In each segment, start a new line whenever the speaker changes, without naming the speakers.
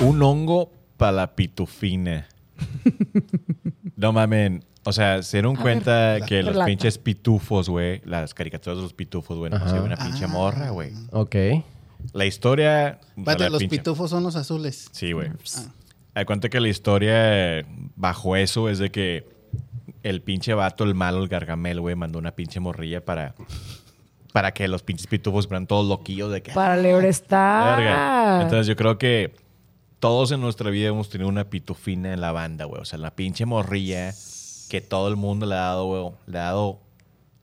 Un hongo para la pitufina. no mamen. O sea, se dieron
A
cuenta
ver,
que los
relata.
pinches pitufos, güey, las caricaturas de los pitufos, güey, no
Ajá.
sé, una
Ah.
pinche morra, güey.
Ok.
La historia.
Espérate,
la
los
pinche-
pitufos son los azules. Ah.
Sí, güey. Hay cuenta que la historia eh, bajo eso es de que el pinche vato, el malo, el gargamel, güey, mandó una pinche morrilla para, para que los pinches pitufos fueran todos loquillos de que.
Para lebrestar.
Ah.
Verga. Entonces yo creo que todos en nuestra vida hemos tenido una pitufina en la banda, güey. O sea, la pinche morrilla que todo el mundo le ha dado, güey. Le ha dado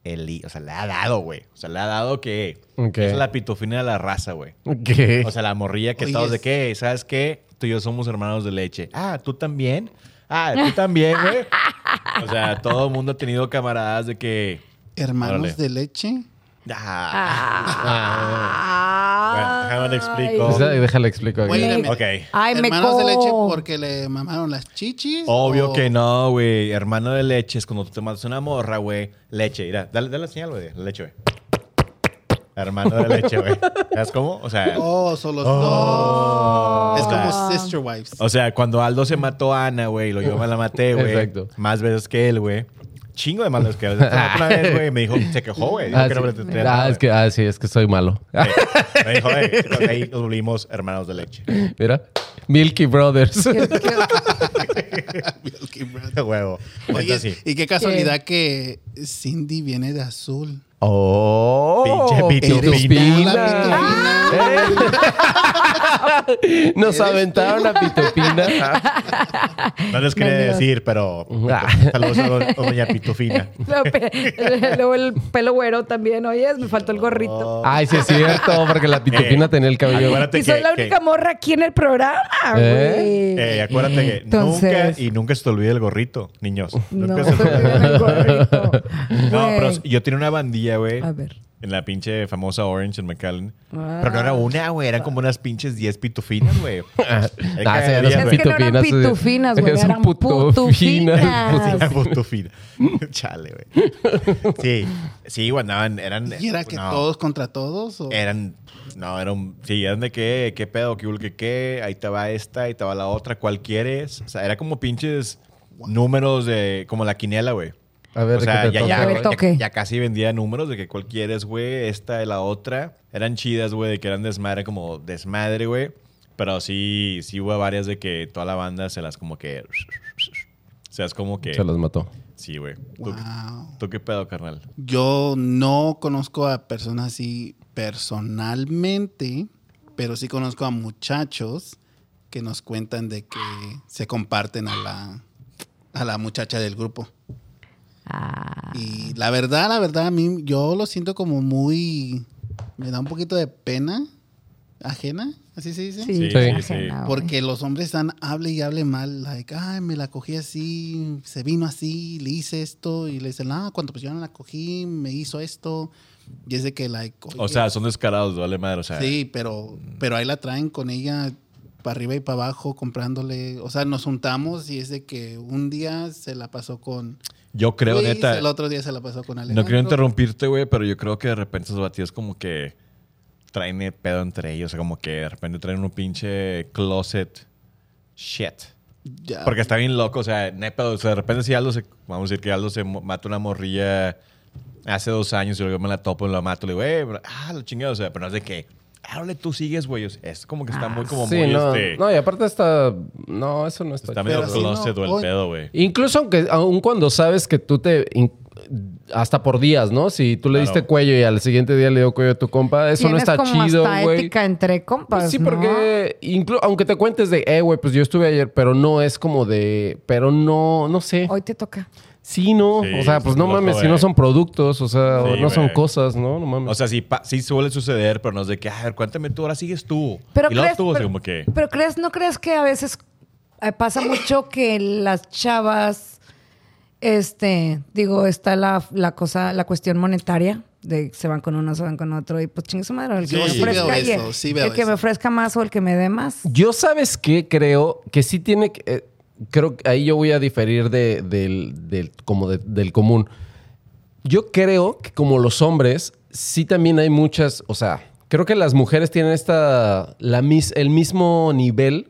el... i- O sea, le ha dado, güey. O sea, le ha dado que...
Ok.
Es la pitufina de la raza, güey.
Ok.
O sea, la morrilla que
Oye,
todos de
es-
que, ¿sabes qué? Tú y yo somos hermanos de leche. Ah, tú también. Ah, tú también, güey. O sea, todo el mundo ha tenido camaradas de que...
Hermanos
Órale.
de leche.
Ah,
Ah.
Bueno, déjame le explico.
O sea, déjale explico. aquí.
Güey, mírame.
ok.
Ay, me
hermanos de leche
co-
porque le mamaron las chichis.
Obvio
o-
que no, güey. Hermano de leche es cuando tú te matas una morra, güey. Leche, mira, dale, dale la señal, güey. de La leche, güey. Hermano de leche, güey. ¿Sabes cómo? O sea,
Oh, son los
Oh.
dos. Es
Ah.
como sister wives.
o sea, cuando Aldo se mató a Ana, güey, lo yo me la maté, güey.
Exacto.
Más veces que él, güey. Chingo de más veces que él. Se mató Una vez, güey, me dijo, se quejó, güey. Dijo
Ah,
que no
sí.
me traté de
Ah,
nada,
es que,
güey.
ah, sí, es que soy malo.
Sí. Me dijo, güey, ahí nos volvimos hermanos de leche.
Mira. Milky Brothers.
Milky Brother.
De huevo.
Oye,
Entonces, sí.
y qué casualidad que Cindy viene de azul.
Oh.
Pinche pitufina.
La pitufina.
Ah.
Eh. Nos
Eres
aventaron a Pitupina.
No les quería
Mendigos.
decir, pero
Ah.
saludos a do- a doña Pitufina.
Luego pe- Luego el pelo güero también, oyes, me faltó el gorrito.
Ay, sí es cierto, porque la Pitupina
Eh,
tenía el cabello.
acuérdate
Y soy
Oh, que-
la
que-
única morra aquí en el programa,
¿Eh?
güey.
Eh, acuérdate que
Entonces-
nunca y nunca se te olvide el gorrito, niños.
No,
Nunca se te
pero
olvide.
era el gorrito.
No,
Güey.
pero yo tenía una bandilla, güey.
A ver.
En la pinche famosa Orange en McAllen.
Ah.
Pero no era una, güey. Eran como unas pinches 10 pitufinas, güey.
Ah,
cada
sí,
día,
eran
güey.
Es que no eran
pitufinas, sí.
pitufinas, güey,
Es
eran
putufinas.
putufinas.
Pitufina. Chale, güey. Sí, sí, güey, andaban, eran...
¿Y era que
no,
todos contra todos? o-
Eran... No, eran... Sí, eran de qué, qué pedo, qué hul, qué qué. Ahí te va esta, ahí te va la otra, cuál quieres. O sea, era como pinches números de... Como la quiniela, güey.
A ver,
o sea,
¿qué te
ya,
toca,
ya,
A ver,
ya-
toque.
ya casi vendía números de que cuál quieres, güey, esta de la otra. Eran chidas, güey, de que eran desmadre, como desmadre, güey. Pero sí, sí hubo varias de que toda la banda se las como que... O sea, es como que...
Se los mató.
Sí, güey. ¿Tú,
Wow.
tú qué pedo, carnal?
Yo no conozco a personas así personalmente, pero sí conozco a muchachos que nos cuentan de que se comparten a la, a la muchacha del grupo.
Ah.
Y la verdad, la verdad, a mí yo lo siento como muy... Me da un poquito de pena ajena, así se dice.
Sí,
Sí,
qué
sí, sí.
Ah,
ajena, güey.
Porque los hombres están, hable y hable mal, like, ay, me la cogí así, se vino así, le hice esto, y le dicen, ah, cuando pues yo no la cogí, me hizo esto, y es de que, like,
O
oye,
sea, son descarados, vale madre. O sea, mm.
sí, pero, pero ahí la traen con ella para arriba y para abajo, comprándole, o sea, nos juntamos, y es de que un día se la pasó con
yo creo,
Luis,
neta...
el otro día se la pasó con Alejandro.
No quiero interrumpirte, güey, pero yo creo que de repente esos batidos como que traen el pedo entre ellos. O sea, como que de repente traen un pinche closet shit.
Ya.
Porque está bien loco, o sea, nepa, o sea, de repente si Aldo se, vamos a decir que Aldo se mo- mata una morrilla hace dos años y luego yo me la topo y la mato, le digo, eh, bro, ah, lo chingado, o sea, pero no es de que, ah, órale, tú sigues, güey, o sea, es como que está muy, como
Sí,
muy,
no,
este,
no, y aparte está... No, eso no está...
está
chido.
medio
Pero así no,
closet o el
hoy-
pedo, güey.
Incluso aunque aun cuando sabes que tú te in- hasta por días, ¿no? Si tú le
Claro.
diste cuello y al siguiente día le dio cuello a tu compa, eso no
Tienes
está
como
chido,
hasta
güey.
ética entre compas,
Pues Sí,
¿no?
porque inclu- aunque te cuentes de, eh, güey, pues yo estuve ayer, pero no es como de, pero no, no sé.
Hoy te toca.
Sí, no,
Sí,
o sea, pues no
loco,
mames, si
eh.
no son productos, o sea, o
Sí,
no son
güey.
cosas, ¿no? No mames.
O sea, sí, pa- sí suele suceder, pero no es de que, ah, a ver, cuéntame tú, ahora sigues tú.
Pero
y luego
crees,
tú, o sea,
pero-
como que,
pero crees, ¿no crees que a veces eh, pasa mucho que las chavas, este, digo, está la, la cosa, la cuestión monetaria de que se van con uno, se van con otro y pues chingue su madre, el que
Sí,
me
sí
ofrezca
veo
y el-
eso, sí veo
el que me
eso.
ofrezca más o el que me dé más.
Yo sabes qué creo que sí tiene que... eh, creo que ahí yo voy a diferir de, del, del- como de- del común. Yo creo que como los hombres, sí también hay muchas... O sea, creo que las mujeres tienen esta, la mis, el mismo nivel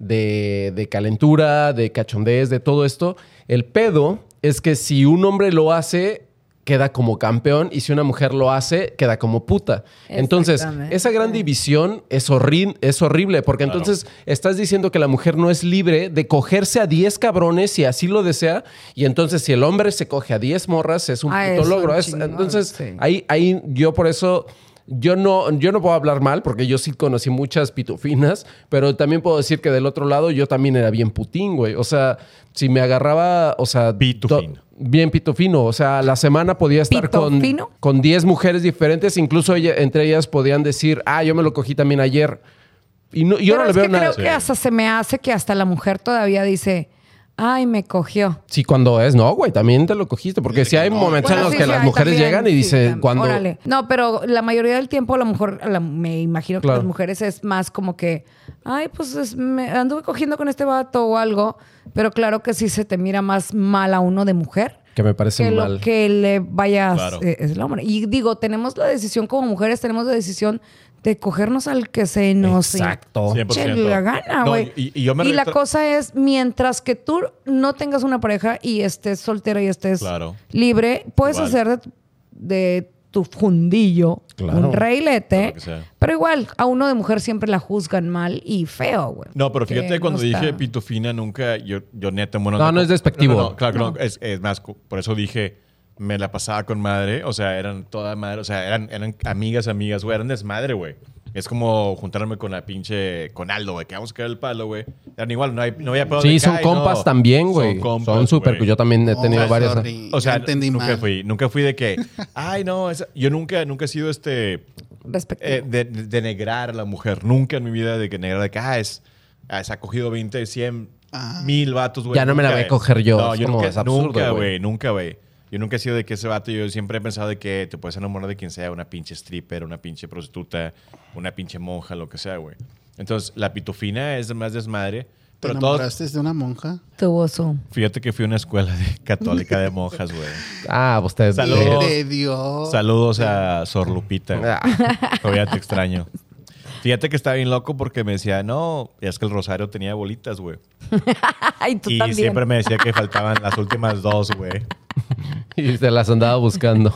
de, de calentura, de cachondez, de todo esto. El pedo es que si un hombre lo hace, queda como campeón y si una mujer lo hace, queda como puta. Entonces,
Exactamente.
esa gran división es, horri- es horrible porque entonces estás diciendo que la mujer no es libre de cogerse a 10 cabrones si así lo desea y entonces si el hombre se coge a 10 morras es un
Ah,
puto
es un
logro. Es-
chingón,
entonces,
sí.
ahí, ahí yo por eso... Yo no, yo no puedo hablar mal porque yo sí conocí muchas pitufinas, pero también puedo decir que del otro lado yo también era bien putín, güey. O sea, si me agarraba, o sea...
Pitufín.
do- Bien pitofino, o sea, la semana podía estar con,
¿Pitofino?
con 10 mujeres diferentes, incluso ella- entre ellas podían decir, ah, yo me lo cogí también ayer. Y no, yo
Pero
no le
es
veo
que
nada.
creo que hasta se me hace que hasta la mujer todavía dice, ay, me cogió.
Sí, cuando es, no, güey, también te lo cogiste, porque si hay momentos en
Bueno,
los
sí,
que
sí,
las
hay
mujeres
también,
llegan y
sí,
dicen,
tam-
cuando...
órale. No, pero la mayoría del tiempo, a lo mejor, a la- me imagino que
Claro.
las mujeres es más como que, ay, pues es- me anduve cogiendo con este vato o algo, pero claro que sí se te mira más mal a uno de mujer.
Que me parece
que
mal.
lo que le vayas
Claro.
eh, es el hombre. Y digo, tenemos la decisión como mujeres, tenemos la decisión de cogernos al que se nos
Exacto.
hinche
100%.
la gana,
No,
güey.
y- y yo me
la
retra-
cosa es, mientras que tú no tengas una pareja y estés soltera y estés
Claro.
libre, puedes
Igual.
hacer de, de tu fundillo
Claro.
un reilete.
Claro que sea.
pero igual, a uno de mujer siempre la juzgan mal y feo, güey.
No, pero
Que
fíjate, cuando
no
dije
está.
pitufina, nunca, yo, yo neta, bueno.
No, no es despectivo.
No, no, claro, que no, Es, es más, cu- por eso dije, me la pasaba con madre, o sea, eran toda madre, o sea, eran, eran amigas, amigas, güey, eran desmadre, güey. Es como juntarme con la pinche, con Aldo, güey, que vamos a caer el palo, güey. Eran igual, no, hay, no había pedo de
Sí, son
que, ay,
compas
no.
también, güey.
Son
Son,
compas,
súper, pues,
güey.
yo también he tenido
Oh,
varias.
sorry.
O sea,
Ya entendí
nunca
mal.
fui, nunca fui de que, ay, no, esa- yo nunca, nunca he sido este,
Respectivo.
eh, de, de- denegrar a la mujer. Nunca en mi vida de que negar de que, ah, es, ah, se ha cogido 20, 100,
Ah.
mil vatos, güey.
Ya no me la
Nunca,
voy a
eh.
coger yo.
No,
Es
yo
como,
nunca,
es absurdo,
nunca,
güey.
güey, nunca, güey. Yo nunca he sido de que ese vato, yo siempre he pensado de que te puedes enamorar de quien sea, una pinche stripper, una pinche prostituta, una pinche monja, lo que sea, güey. Entonces, la pitufina es más desmadre,
¿Te
pero todos...
enamoraste de una monja?
Tuvo su...
Fíjate que fui a una escuela de- católica de monjas, güey.
Ah, ustedes.
Saludos.
De Dios.
Saludos a Sor Lupita. güey.
Ah,
Todavía te extraño. Fíjate que estaba bien loco porque me decía, no, es que el rosario tenía bolitas, güey.
Ay, tú
Y
también.
siempre me decía que faltaban las últimas dos, güey.
y se las andaba buscando.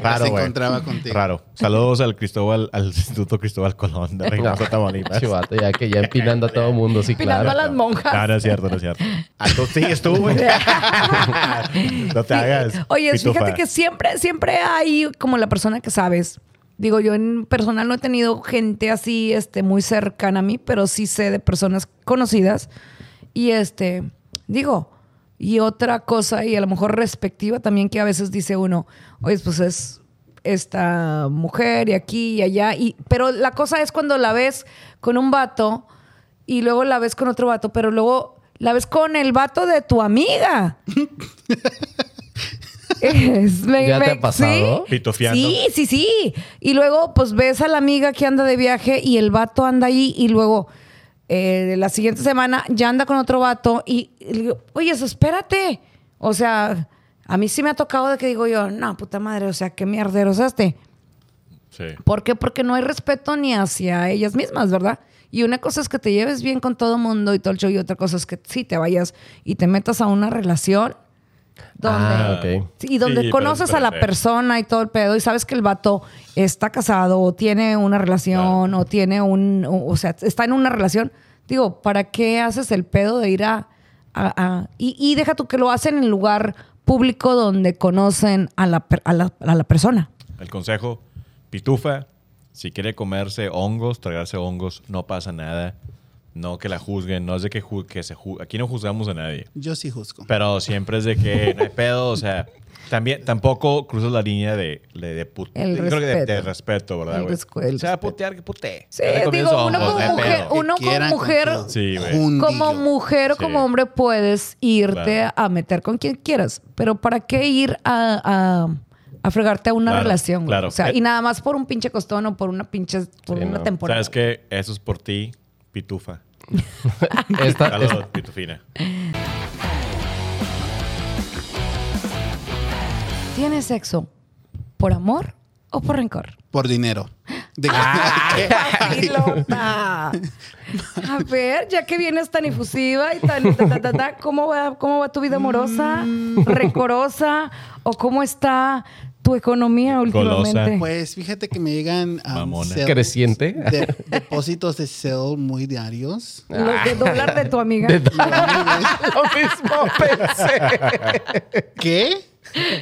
Raro,
se
güey.
encontraba contigo.
Raro. Saludos al Cristóbal, al Instituto Cristóbal Colón de Reynosa, Tamaulipas.
Chivato, ya que ya empinando a todo mundo, sí,
Empinando
claro.
a las monjas.
No, no es cierto, no es cierto. Ah, tú sigues tú, güey. no te
Fí-
hagas.
Oye,
pitufa.
fíjate que siempre, siempre hay como la persona que sabes. Digo, yo en personal no he tenido gente así, este, muy cercana a mí, pero sí sé de personas conocidas. Y este, digo, y otra cosa, y a lo mejor respectiva también, que a veces dice uno, oye, pues es esta mujer y aquí y allá. Y, pero la cosa es cuando la ves con un vato y luego la ves con otro vato, pero luego la ves con el vato de tu amiga. Es- me-
¿Ya te
me-
ha pasado?
¿sí?
Pitofiando.
Sí, sí, sí. Y luego, pues ves a la amiga que anda de viaje y el vato anda ahí y luego eh, la siguiente semana ya anda con otro vato y, y le digo, oye, eso, espérate. O sea, a mí sí me ha tocado de que digo yo, no, puta madre, o sea, qué mierdero es este.
Sí.
¿Por qué? Porque no hay respeto ni hacia ellas mismas, ¿verdad? Y una cosa es que te lleves bien con todo mundo y todo el show, y otra cosa es que sí te vayas y te metas a una relación donde
Ah, ok.
Sí, Y donde
Sí, pero es
conoces a la
diferente.
persona y todo el pedo y sabes que el vato está casado o tiene una relación o tiene un, o, o sea, está en una relación. Digo, ¿para qué haces el pedo de ir a... a- a- y, y deja tú que lo hacen en lugar público donde conocen a la, per- a la, a la persona.
El consejo, pitufa, si quiere comerse hongos, tragarse hongos, no pasa nada. No que la juzguen, no es de que, ju- que se ju- Aquí no juzgamos a nadie.
Yo sí juzgo.
Pero siempre es de que no hay pedo, o sea, también, tampoco cruzas la línea de, de, de put-
El
yo creo que de- de,
respeto.
respeto, ¿verdad,
El
güey?
rescu- el
o sea,
respeto.
putear que putee.
Sí,
Yo le comí
digo,
los
uno
ojos,
como
no hay
mujer,
pedo.
Que
uno como
quieran
mujer-
contigo.
eh, Sí, güey.
Jundillo.
Como mujer o
Sí.
como hombre puedes irte
Claro.
a meter con quien quieras, pero ¿para qué ir a, a, a fregarte a una
Claro,
relación? güey?
claro.
O sea,
Eh,
y nada más por un pinche costón o por una pinche por
Sí,
una
no.
temporada.
¿Sabes qué? Eso es por ti, pitufa.
Ah,
Esta,
Saludos,
esta-
pitufina.
¿Tienes sexo por amor o por rencor?
Por dinero. De-
Ah.
Papilota. A ver, ya que vienes tan efusiva y tan... ta, ta, ta, ta, ¿cómo, va, ¿Cómo va tu vida amorosa? ¿Recorosa? ¿O cómo está tu economía
Golosa.
últimamente?
Pues fíjate que me llegan um,
Mamona.
sales-
Creciente.
de- depósitos de sell muy diarios.
Los de dólar de tu amiga.
De Lo mismo pues. pensé.
¿Qué?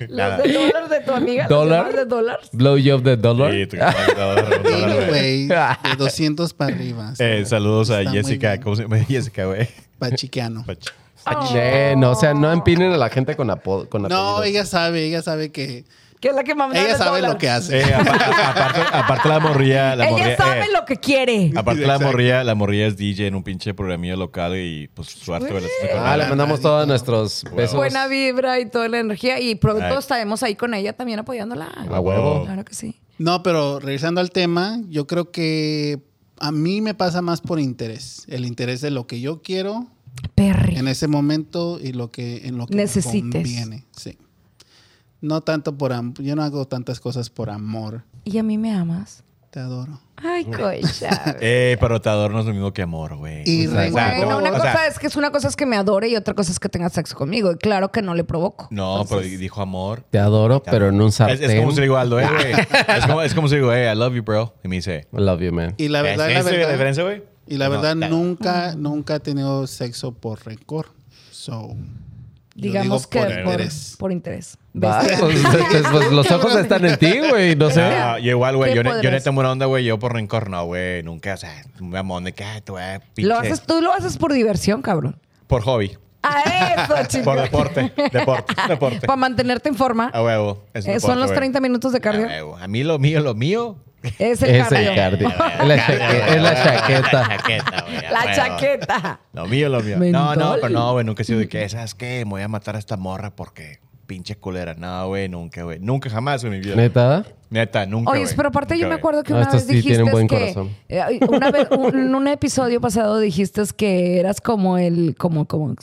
Los de dólar de tu amiga.
¿Dólar?
Los de dólar.
Blowjob de dólar.
Sí, tu compadre, dólar,
Sí,
dólar, güey.
güey, de 200 para arriba.
Eh, saludos a
Está muy
Jessica.
bien.
¿Cómo se llama? Jessica, güey.
Pachiquiano.
Pach-
Sí, Ah, no, o sea, no empinen a la gente con apodo. Con
No,
apellidos.
ella sabe, ella sabe que.
Que es la que más me da
Ella
de
sabe
dólar.
lo que hace.
Eh, apa- apa- aparte, aparte la morrilla. La morrilla,
Ella sabe
eh,
lo que quiere.
Aparte la
Exacto.
morrilla, la morrilla es DJ en un pinche programillo local y pues suerte. güey, la estás
Ah,
tocando.
le mandamos todos nuestros besos.
Buena vibra y toda la energía. Y pronto
Ay.
estaremos ahí con ella también apoyándola.
A huevo.
Claro que sí.
No, pero regresando al tema, yo creo que a mí me pasa más por interés. El interés de lo que yo quiero
Perry.
en ese momento y lo que en lo que me
Necesites.
conviene. Sí. No tanto por am- yo no hago tantas cosas por amor.
Y a mí me amas.
Te adoro.
Ay, cocha.
Eh, pero te adorno es lo mismo que amor, güey.
Y
O sea,
Exacto.
Bueno, una
o sea,
cosa es que es una cosa es que me adore y otra cosa es que tenga sexo conmigo. Y claro que no le provoco.
No, pero dijo amor.
Te adoro, pero en un
Es,
sartén.
es como si digo Aldo, eh, güey. Es como, es como si digo, hey, I love you, bro. Y me dice,
Love you, man.
Y la verdad,
¿es
la
esa la
verdad,
diferencia, güey?
y la verdad
No,
nunca, nunca he tenido sexo por rencor. So, yo
Digamos
digo
que
por
por
interés.
por interés.
Va, pues, pues, pues, los ojos están en ti, güey. No sé.
No, yo igual, güey.
¿Qué
Yo, ne- yo
podrás?
neta buena onda, güey. Yo por rencor, no, güey. Nunca, o sea, me amo de que, ah, tú, eh, pinche-
Lo haces, tú lo haces por diversión, cabrón.
Por hobby.
A eso, chicos.
Por deporte. Deporte. Deporte.
Para mantenerte en forma.
A huevo. es
Eh,
deporte,
son los
güey.
30 minutos de
A
cardio.
huevo. A mí lo mío, lo mío.
Es el
Es
cardio.
el cardio. Es la, chaque- es la chaqueta.
chaqueta, güey. a
La
huevo.
chaqueta.
Lo mío, lo mío.
Mentol.
No, no, pero no, güey. Nunca he sido de que, ¿sabes qué? Me voy a matar a esta morra porque pinche culera. No, güey. Nunca, güey. Nunca jamás en mi vida.
¿Neta? Ah,
Neta, nunca.
Oye,
güey.
pero aparte
Nunca,
yo me
güey.
acuerdo que
No,
una
estos
vez
sí
dijiste
tienen buen
que
corazón.
eh, una vez un- en un episodio pasado dijiste que eras como el como como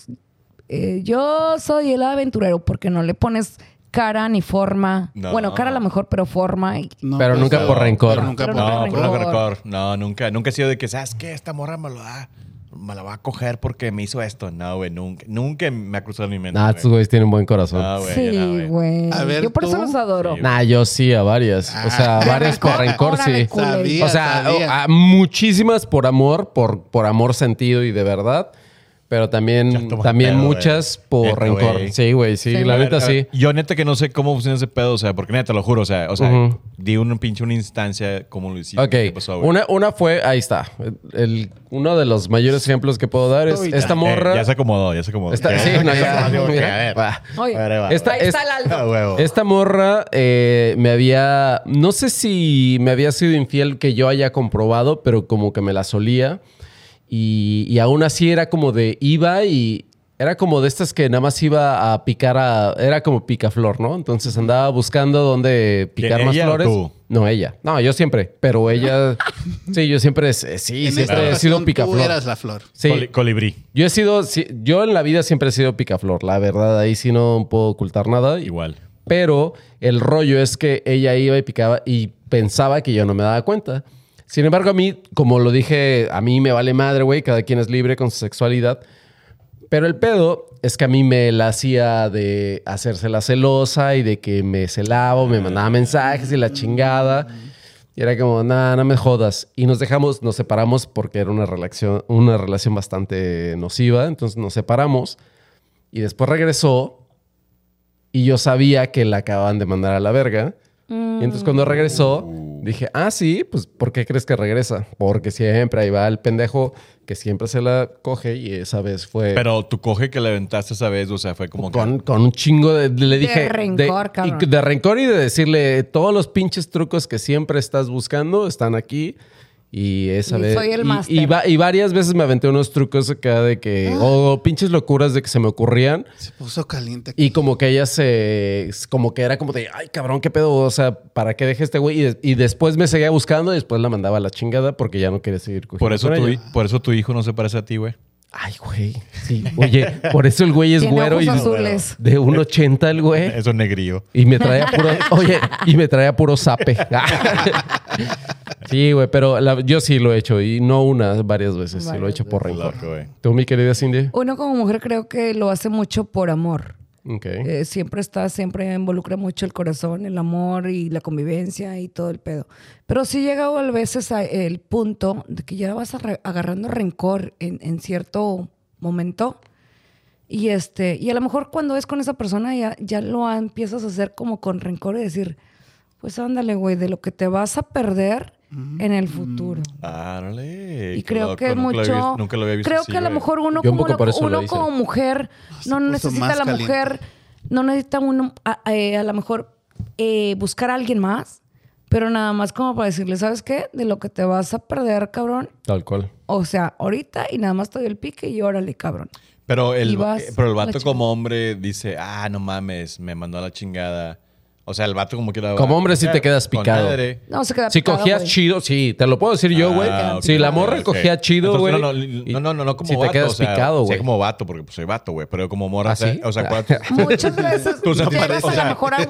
eh, yo soy el aventurero porque no le pones cara ni forma.
No.
Bueno, cara a lo mejor, pero forma y
No,
Pero nunca por rencor.
pero nunca
Pero
por
nunca
No,
rencor.
por
rencor.
no rencor. No, nunca. Nunca he sido de que, ¿sabes qué? Esta morra me lo da. Me la va a coger porque me hizo esto. No, güey. Nunca, nunca me ha cruzado en mi mente.
Nah, estos
güey.
güeyes tienen buen corazón.
Ah,
No, güey. no,
sí,
güey.
güey.
A ver,
yo por eso
tú.
los adoro.
Sí,
Nah, yo sí, a varias. O sea, a varias por rencor, sí.
Órale, culero.
Sabía.
O sea,
Sabía.
a- a muchísimas por amor, por, por amor sentido y de verdad. Pero también,
Ya tomas
también
pedo,
muchas
güey.
por
Neta,
rencor.
güey.
Sí, güey, sí,
Sí.
la
A ver,
neta
a ver,
sí.
Yo neta que no sé cómo funciona ese pedo, o sea, porque neta, lo juro, o sea, o sea
Ujú.
di un pinche una instancia como lo hiciste.
Ok,
¿qué pasó, güey?
una, una fue, ahí está. El, uno de los mayores ejemplos que puedo dar es
Uy,
esta
Eh,
morra.
ya se acomodó, ya se acomodó.
Esta-
Ya,
sí,
ya
no,
se
ya.
acomodó,
Mira.
ok, a ver.
Va.
Oye,
A ver, ahí va,
esta-
güey.
ahí está
es-
el Aldo.
Ah, huevo.
Esta morra eh, me había. No sé si me había sido infiel que yo haya comprobado, pero como que me la solía. Y, y aún así era como de. Iba y. Era como de estas que nada más iba a picar a. Era como picaflor, ¿no? Entonces andaba buscando dónde picar
¿Quién,
más
ella o
flores.
tú?
No, ella. No, yo siempre. Pero ella. sí, yo siempre. eh, Sí,
En
siempre
esta
he
ocasión
sido
tú
picaflor.
eras la flor.
Sí.
Coli- colibrí.
Yo he sido. sí, Yo en la vida siempre he sido picaflor, la verdad. Ahí sí no puedo ocultar nada. Y
Igual.
pero el rollo es que ella iba y picaba y pensaba que yo no me daba cuenta. Sin embargo, a mí, como lo dije, a mí me vale madre, güey. Cada quien es libre con su sexualidad. Pero el pedo es que a mí me la hacía de hacérsela celosa y de que me celaba, o me mandaba mensajes y la chingada. Y era como, nada, no me jodas. Y nos dejamos, nos separamos porque era una relación, una relación bastante nociva. Entonces nos separamos. Y después regresó y yo sabía que la acababan de mandar a la verga.
Mm,
Y entonces cuando regresó,
Mm.
dije, ah, sí, pues ¿por qué crees que regresa? Porque siempre ahí va el pendejo que siempre se la coge y esa vez fue
Pero tu coge que le aventaste esa vez, o sea, fue como
con, con un chingo de... Le dije,
rencor,
y
cabrón.
de rencor y de decirle, todos los pinches trucos que siempre estás buscando están aquí. Y esa
Y
vez...
soy el máster. Ah.
y, va- y varias veces me aventé unos trucos acá de que... O pinches locuras de que se me ocurrían.
Se puso caliente.
Y como que ella se. Como que era como de. Ay, cabrón, qué pedo. O sea, ¿para qué dejé este güey? Y, des- y después me seguía buscando y después la mandaba a la chingada porque ya no quería seguir cogiendo.
Por eso,
con
tu,
ella.
hi- por eso tu hijo no se parece a ti, güey.
Ay, güey. Sí. Oye, por eso el güey es
Tiene
güero
ojos
y.
azules.
De 1,80 el güey.
Eso es negrío.
Y me traía puro. Oye, y me traía puro zape. Sí, güey, pero la- yo sí lo he hecho y no una, varias veces. sí, lo he
Varias
hecho por rencor.
Loco, güey.
¿Tú, mi querida Cindy?
Uno como mujer creo que lo hace mucho por amor.
Ok.
Eh, siempre está, siempre involucra mucho el corazón, el amor y la convivencia y todo el pedo. Pero sí llega a veces a el punto de que ya vas arra- agarrando rencor en, en cierto momento. Y, este, y a lo mejor cuando es con esa persona ya, ya lo ha- empiezas a hacer como con rencor y decir, pues ándale, güey, de lo que te vas a perder en el futuro.
Árale,
Y
qué
creo
loco, nunca
que
lo
mucho.
había visto- nunca lo había visto.
Creo
así,
que a lo
güey.
mejor uno,
Yo un
como,
poco
la-
por eso lo
uno
hice.
como mujer
se
no
puso
necesita
más
la
caliente.
mujer, no necesita uno a, eh, a lo mejor eh, buscar a alguien más, pero nada más como para decirle, ¿sabes qué? De lo que te vas a perder, cabrón.
Tal cual.
O sea, ahorita y nada más te doy el pique y órale, cabrón.
Pero el,
Y vas
eh, pero el
a la
vato
chica.
como hombre dice, ah, no mames, me mandó a la chingada. O sea, el vato como que...
Como hombre sí te quedas picado.
No, se queda
Si
picado,
cogías
güey.
chido, sí, te lo puedo decir yo, güey.
Ah,
Si la morra cogía chido, güey.
No, no, no, no, no como
Si
vato.
te quedas
o sea,
picado,
sí,
güey.
como vato, porque pues, soy vato, güey. Pero como morra...
¿Ah, sí?
O sea, ¿cuál- tus-
Muchas veces
tus satisfa-
llegas
o
a
sea,
lo mejor a un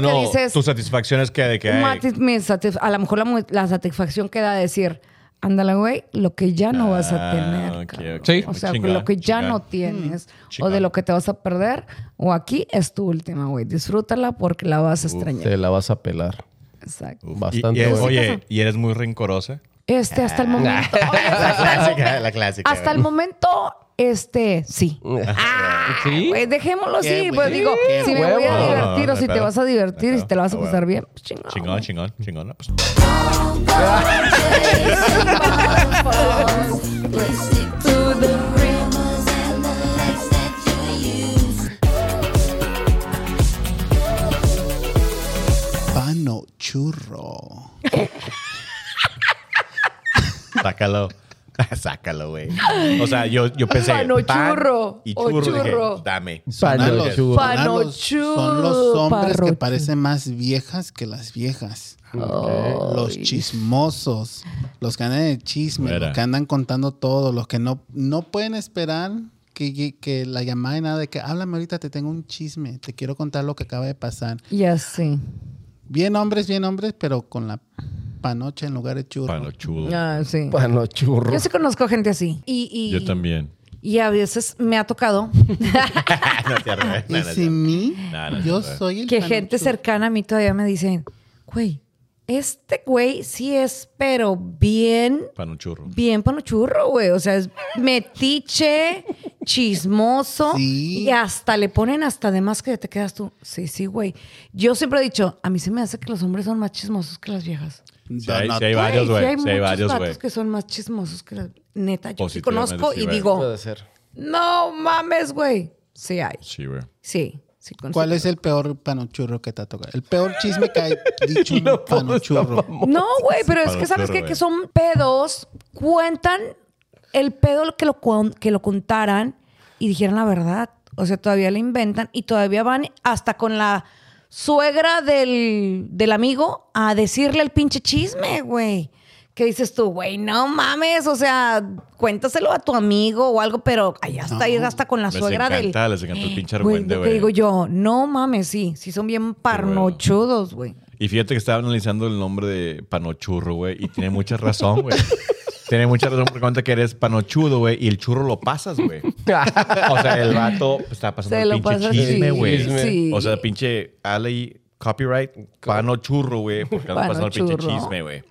no, no,
que dices,
tu satisfacción es que de que... ay,
Mati- mi satisf- a lo mejor la, mu- la satisfacción queda decir, ándale, güey, lo que ya no vas a
Ah,
tener.
ok,
cabrón".
ok.
Sí.
O sea,
Chingón,
lo que ya
chingón. Mm,
no tienes, o de
chingón.
lo que te vas a perder, o aquí es tu última, güey. Disfrútala porque la vas a extrañar.
Te la vas a pelar.
Exacto.
uf, y-
Bastante,
y eres-
güey.
Oye, ¿y eres muy rencorosa?
Este, hasta el momento. oye, hasta, el
Ah. clásica,
momento-
la clásica,
hasta el
güey.
momento, este, sí. Ah,
¿Sí?
güey, dejémoslo
Qué
así. Pues
güey,
digo,
qué
si me voy a
huevo.
divertir
No,
o
no,
si
no hay
te
pedo.
vas a divertir
No
y
hay
si te la vas a
pedo.
pasar bien, pues
Chingón, chingón, chingón. no, pues,
Pano churro.
Sácalo. Sácalo, güey. O sea, yo, yo pensé.
Pano
pan
churro
Y
o
churro. dije,
churro.
Dame.
Pano
Son los-
churro.
son los- Son los
Pano
hombres
churro.
que parecen más viejas que las viejas. Los chismosos, los que andan de chisme,
Fuera.
los que andan contando todo, los que no, no pueden esperar que, que la llamada y nada de que háblame ahorita, te tengo un chisme, te quiero contar lo que acaba de pasar.
Ya sé.
Bien hombres, bien hombres, pero con la panocha en lugar de churro.
Pano churro.
Ah, sí.
Pano churro.
Yo sí conozco gente así. Y, y-
Yo también.
Y a veces me ha tocado
Ah, No, es cierto, güey. No,
Y
no, es
sin
cierto.
mí,
No, no, no,
yo
no.
soy el
que
pano
gente
churro.
cercana a mí todavía me dicen, güey, este güey sí es, pero bien,
Pano churro.
bien panochurro, güey. O sea, es metiche, chismoso.
Sí.
Y hasta le ponen hasta de más que te quedas tú. Sí, sí, güey. Yo siempre he dicho, a mí se me hace que los hombres son más chismosos que las viejas.
Sí, hay,
No,
sí hay
no,
varios,
sí
güey.
hay
Sí, hay
muchos
varios,
vatos
güey.
que son más chismosos que las... Neta, yo sí
Positivamente
conozco
sí,
y
güey.
digo,
Puede ser.
no mames, güey. Sí hay.
Sí, güey.
Sí. sí conozco.
¿Cuál es el peor panochurro que te ha tocado? El peor chisme que hay dicho un panochurro.
No, güey, pero es que
Palo
sabes
churro,
qué?
güey.
que son pedos. Cuentan el pedo que lo, cuan- que lo contaran y dijeran la verdad. O sea, todavía le inventan y todavía van hasta con la suegra del, del amigo a decirle el pinche chisme, güey. Que dices tú, güey, no mames, o sea, cuéntaselo a tu amigo o algo, pero allá hasta ir hasta con la
Les
suegra del.
encanta, les encanta el pinche
Eh, Güey,
argüende,
lo que
güey.
digo yo, no mames, sí, sí son bien parnochudos, güey.
Y fíjate que estaba analizando el nombre de panochurro, güey. Y tiene mucha razón, güey. Tiene mucha razón por cuenta que eres panochudo, güey. Y el churro lo pasas, güey. O sea, el vato está pasando
Se
el
lo
pinche
pasa
chisme,
así,
güey.
sí.
O sea, pinche Ale copyright, pano churro, güey. Porque ando
Pano
pasando el pinche
churro.
chisme, güey.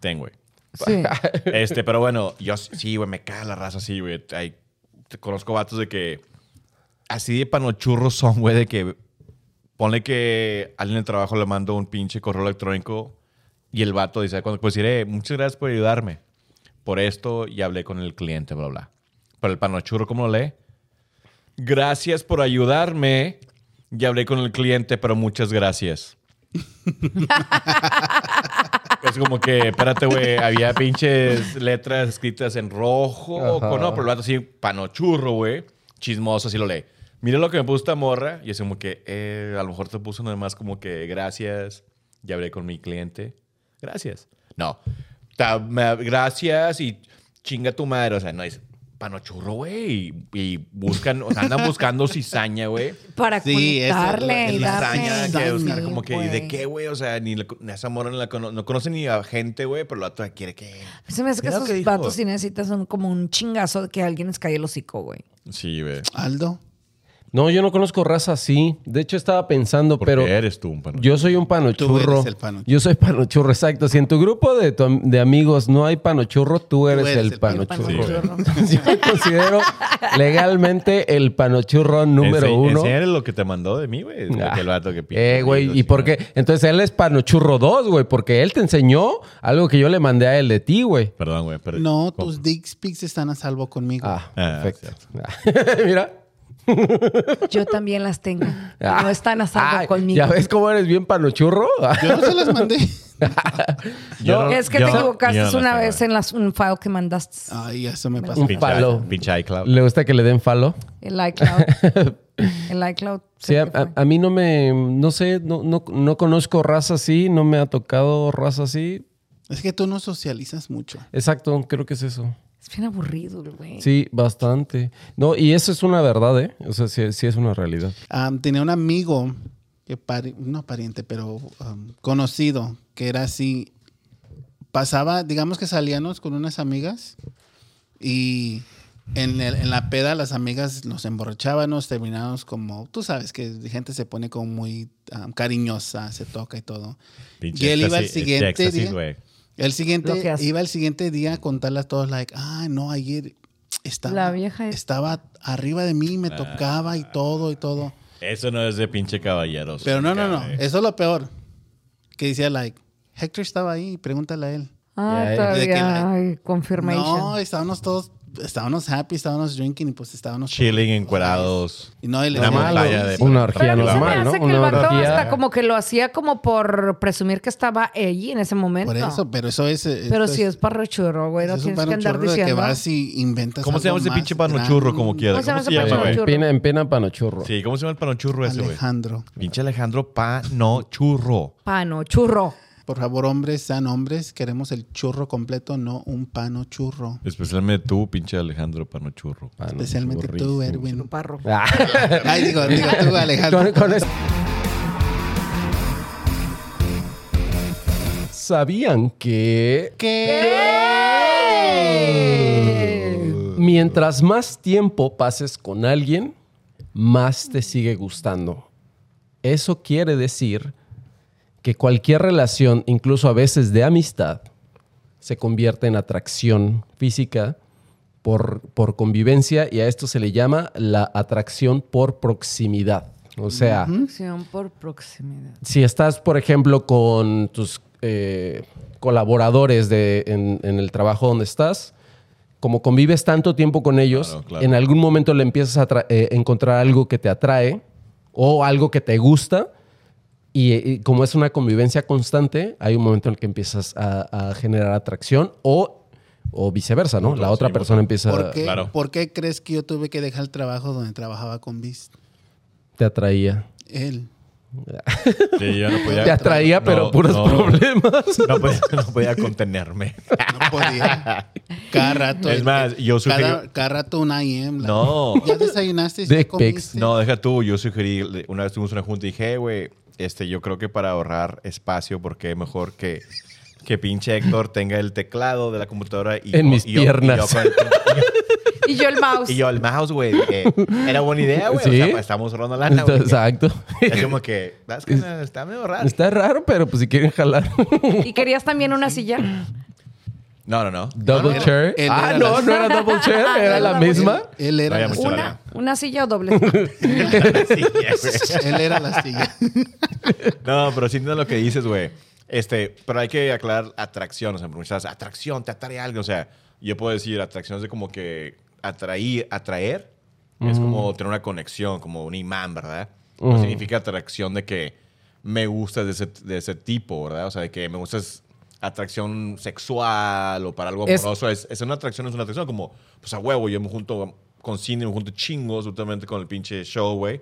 Ten, güey.
Sí.
Este, pero bueno, yo sí, güey, me caga la raza así, güey. Ay, te conozco vatos de que así de panochurros son, güey, de que ponle que alguien en el trabajo le mando un pinche correo electrónico y el vato dice, cuando pues diré, muchas gracias por ayudarme. Por esto y hablé con el cliente, bla, bla. Pero el panochurro, ¿cómo lo lee? Gracias por ayudarme. Y hablé con el cliente, pero muchas gracias. Es como que, espérate, güey, había pinches letras escritas en rojo.
Ajá.
con- no, pero el vato así, panochurro, güey. Chismoso, así lo lee. Mira lo que me puso esta morra. Y es como que, eh, a lo mejor te puso nada más como que, gracias. Ya hablé con mi cliente. Gracias. No. Ta- me- gracias y chinga tu madre. O sea, no es panochurro, güey. Y, y buscan, o sea, andan buscando cizaña, güey.
Para
Sí, eso,
conectarle
la-
y
la
darle.
Cizaña,
darme.
que buscar
Sí,
como que, ¿y
Pues.
¿de
güey.
qué, güey? O sea, ni la- esa morra no la cono- no conoce ni a gente, güey, pero la otra quiere que.
Se me hace que
Mira lo
esos
que dijo.
vatos sí necesitan son como un chingazo de que alguien les cae el hocico, güey.
Sí, güey.
Aldo.
No, yo no conozco raza así. De hecho, estaba pensando, pero.
eres tú un panochurro.
Yo soy un panochurro.
Tú eres el panochurro.
Yo soy panochurro, exacto. Si en tu grupo de, tu am- de amigos no hay panochurro, tú eres,
eres
el,
el
panochurro.
panochurro.
Yo me considero legalmente el panochurro número
Ense-
uno.
enséñale lo que te mandó de mí, güey. de
Ah,
que el vato que pinta
Eh, güey, ¿y
libros,
por
chingada.
qué? Entonces él es panochurro 2, güey, porque él te enseñó algo que yo le mandé a él de ti, güey.
Perdón, güey. pero-
No,
¿Cómo?
tus dick pics están a salvo conmigo.
Ah,
Ah,
perfecto. Mira.
Yo también las tengo.
Ah.
No están a salvo
Ay,
conmigo.
¿Ya ves cómo eres bien panochurro? Ah.
Yo no se las mandé.
Yo no-
Es que
yo-
te
yo no
equivocaste
sé,
una
güey.
vez en las- un file que mandaste.
Ay, eso me pasó.
Un
Pinche-
palo.
Pinche iCloud.
¿Le gusta que le den falo?
El iCloud. El iCloud.
Sí, ah, a,
creo que
a- a mí no me, no sé, no, no, no conozco raza así, no me ha tocado raza así.
Es que tú no socializas mucho.
Exacto, creo que es eso.
fue. Es bien aburrido, güey.
Sí, bastante. No, y eso es una verdad, ¿eh? O sea, sí, sí es una realidad.
Am, tenía un amigo, que pari- no pariente, pero am, conocido, que era así. Pasaba, digamos que salíamos con unas amigas y en, el- en la peda las amigas nos emborrachábamos, terminábamos como, tú sabes que la gente se pone como muy am, cariñosa, se toca y todo.
Pinche
y él iba al
éxtasis- este
siguiente
éxtasis,
día.
güey.
El
Lo que
siguiente,
hace.
iba el siguiente día a contarle a todos, like, ah, no, ayer estaba,
La vieja es-
estaba arriba de mí,
Ah.
me tocaba y todo y todo.
Eso no es de pinche caballeros.
Pero no, no, no,
cabrón.
eso es lo peor. Que decía, like, Hector estaba ahí, pregúntale a él.
Ah,
Ya,
de que
todavía.
la-
Ay, confirmation.
No, estábamos todos, estábamos happy, estábamos drinking y pues estábamos...
Chilling, encuerados.
Y no, y le
Una
decía,
montaña de-
Una
Pero
orgía
a mí se me
normal,
hace
¿no?
que el
Una
vato hasta
orgía.
como que lo hacía como por presumir que estaba allí en ese momento.
Por eso, pero eso es... eh,
Pero
esto
si es parrochurro, güey, no
es un
tienes que andar
panochurro de que
diciendo.
vas y inventas
¿Cómo se llama
algo
ese
más
pinche panochurro como
grande.
quiera?
¿Cómo se llama ese
güey?
panochurro?
Empina, empina panochurro.
Sí, ¿cómo se llama el panochurro ese, güey?
Alejandro.
Pinche Alejandro Panochurro.
Pano, churro.
Por favor, hombres, sean hombres. Queremos el churro completo, no un pano
Ah,
churro.
Especialmente tú, pinche Alejandro Panochurro.
Panochurro,
Especialmente tú,
rico.
Erwin.
Parro.
Ah.
Ay, digo, digo tú,
con,
Alejandro.
con es- ¿Sabían que mientras más tiempo pases con alguien, más te sigue gustando? Eso quiere decir que cualquier relación, incluso a veces de amistad, se convierte en atracción física por, por convivencia y a esto se le llama la atracción por proximidad. O sea,
Acción por proximidad.
si estás, por ejemplo, con tus eh, colaboradores de, en, en el trabajo donde estás, como convives tanto tiempo con ellos,
Claro, claro.
en algún momento le empiezas a atra- eh, encontrar algo que te atrae o algo que te gusta. Y, eh, como es una convivencia constante, hay un momento en el que empiezas a, a generar atracción o, o viceversa, ¿no?
Mutuo,
La otra
sí,
persona empieza...
¿Por qué,
Claro.
por qué crees que yo tuve que dejar el trabajo donde trabajaba con Beast?
Te atraía.
Él.
Sí, yo no podía.
Te atraía,
no,
pero puros
no.
problemas.
No podía, no podía contenerme.
No podía. Cada rato.
Es más, yo sugerí-
Cada, cada rato un IM. la-
No.
¿Ya desayunaste? ¿Ya
Dick
comiste?
pics.
No, deja tú. Yo sugerí, una vez tuvimos una junta y dije, "Eh, güey, este, yo creo que para ahorrar espacio, porque mejor que, que pinche Héctor tenga el teclado de la computadora y
En
yo-
mis
y yo- y yo
piernas.
con el pin-
Y yo el mouse.
y yo el mouse, güey. dije, Era buena idea, güey. O
Sí.
sea, pues, estamos ahorrando lana, güey.
Exacto.
Es como que, "That's gonna- está medio raro.
Está raro, pero pues si quieren jalar.
Y querías también una silla.
No, no, no.
Double
era-
chair.
él
Ah,
era
no,
la-
no era double chair, era
Era
la
double
misma.
Él era,
No había
la,
mucho
silla.
Una, una silla o doble. silla?
Sí, güey.
Él era la silla.
No, pero sí entiendo lo que dices, güey. Este, pero hay que aclarar atracción, o sea, porque estás, atracción, te atrae algo, o sea, yo puedo decir atracción es de como que atraí, atraer, es como tener una conexión, como un imán, ¿verdad? No
Mm.
significa atracción de que me gustas de ese, de ese tipo, ¿verdad? O sea, de que me gustas atracción sexual o para algo
Es-
amoroso, es, es una atracción, es una atracción, como, pues a huevo, yo me junto con cine, me junto chingos, justamente con el pinche show, güey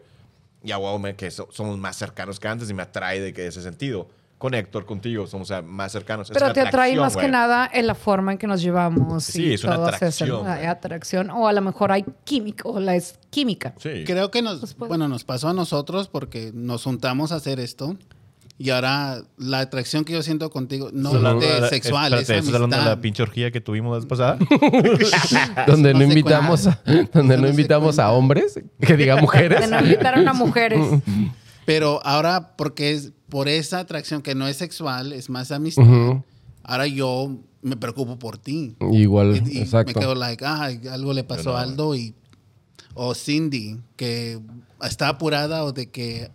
ya wow, me- que so- somos más cercanos que antes y me atrae de que ese sentido. con Héctor, contigo, somos o sea, más cercanos. Es
Pero
una
te atrae
atracción,
más que
güey.
nada en la forma en que nos llevamos.
Sí,
y
es una
todos
atracción,
ese-
güey.
atracción. O a lo mejor hay químico, o la es química.
Sí.
Creo que nos,
Pues puede.
bueno, nos pasó a nosotros porque nos juntamos a hacer esto. Y ahora la atracción que yo siento contigo no
Estás hablando de
es
la-
sexual,
espérate,
es
¿Estás hablando de
amistad.
la pinche orgía que tuvimos la vez pasada?
donde
no
no
se
invitamos a,
cuenta.
donde
Eso
no
no se
invitamos a
cuenta.
hombres que diga mujeres
De no invitaron a mujeres.
Pero ahora porque es por esa atracción que no es sexual, es más amistad.
Ujú.
Ahora yo me preocupo por ti.
igual
Y, y me
exacto
quedo like, ah, algo le pasó a Aldo y o Cindy que está apurada o de que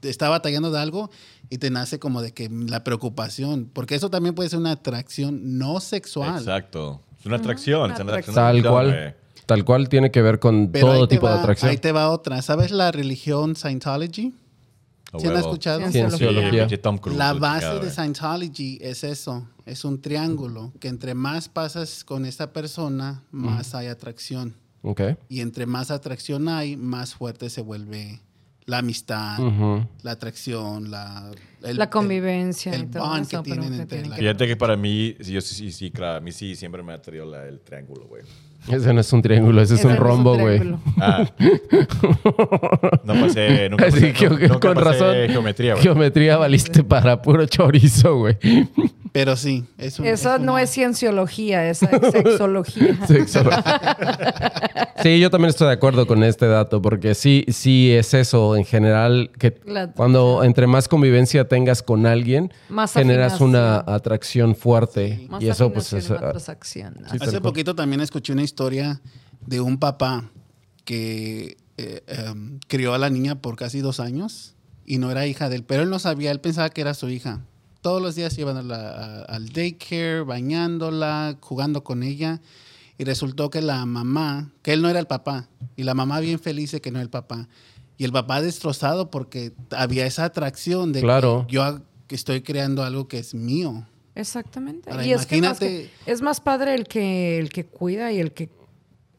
está batallando de algo y te nace como de que la preocupación, porque eso también puede ser una atracción no sexual.
Exacto. Es una atracción.
Una
es una atracción.
tal cual
güey.
tal cual tiene que ver con
Pero ahí
todo
te
tipo
va-
de atracción
Ahí te va otra. ¿Sabes la religión Scientology?
A
¿Sí la has
huevo.
escuchado?
Sí, en
Sí,
Teología.
pinche Tom Cruise,
La
la
base
chingada,
de
güey.
Scientology es eso, es un triángulo, que entre más pasas con esta persona, más hay atracción.
Ok.
Y entre más atracción hay, más fuerte se vuelve la amistad,
Ujú.
la atracción, la, el-
La convivencia
el
y todo
bond
eso,
que tienen
pero que
entre
tienen
la-
que-
Fíjate que para mí, sí, yo sí, sí, sí, claro, a mí sí siempre me ha traído la- el triángulo, güey.
ese no es un triángulo ese es
Ese no
un rombo güey
triángulo.
Ah. No pasé, nunca pasé,
Así que
nu- nunca
con
pasé
razón
geometría, güey.
geometría valiste para puro chorizo güey
el- Pero sí, es un-
Eso
es
no
una-
es cienciología, esa es sexología.
Sexo. Sí, yo también estoy de acuerdo con este dato, porque sí, sí es eso en general, que
La-
cuando entre más convivencia tengas con alguien,
Más
generas
afinación.
una atracción fuerte.
Más
Y eso pues es...
afinación y más transacción.
Sí.
Hace
tal cual.
poquito también escuché una historia de un papá que eh, em, crió a la niña por casi dos años y no era hija de él, pero él no sabía, él pensaba que era su hija. Todos los días iban a la- a- al daycare, bañándola, jugando con ella y resultó que la mamá, que él no era el papá y la mamá bien feliz de que no era el papá y el papá destrozado porque había esa atracción de
Claro.
que yo ha- que estoy creando algo que es mío.
Exactamente.
Ahora,
y es que, más
imagínate-
que- es más padre el que el que cuida y el que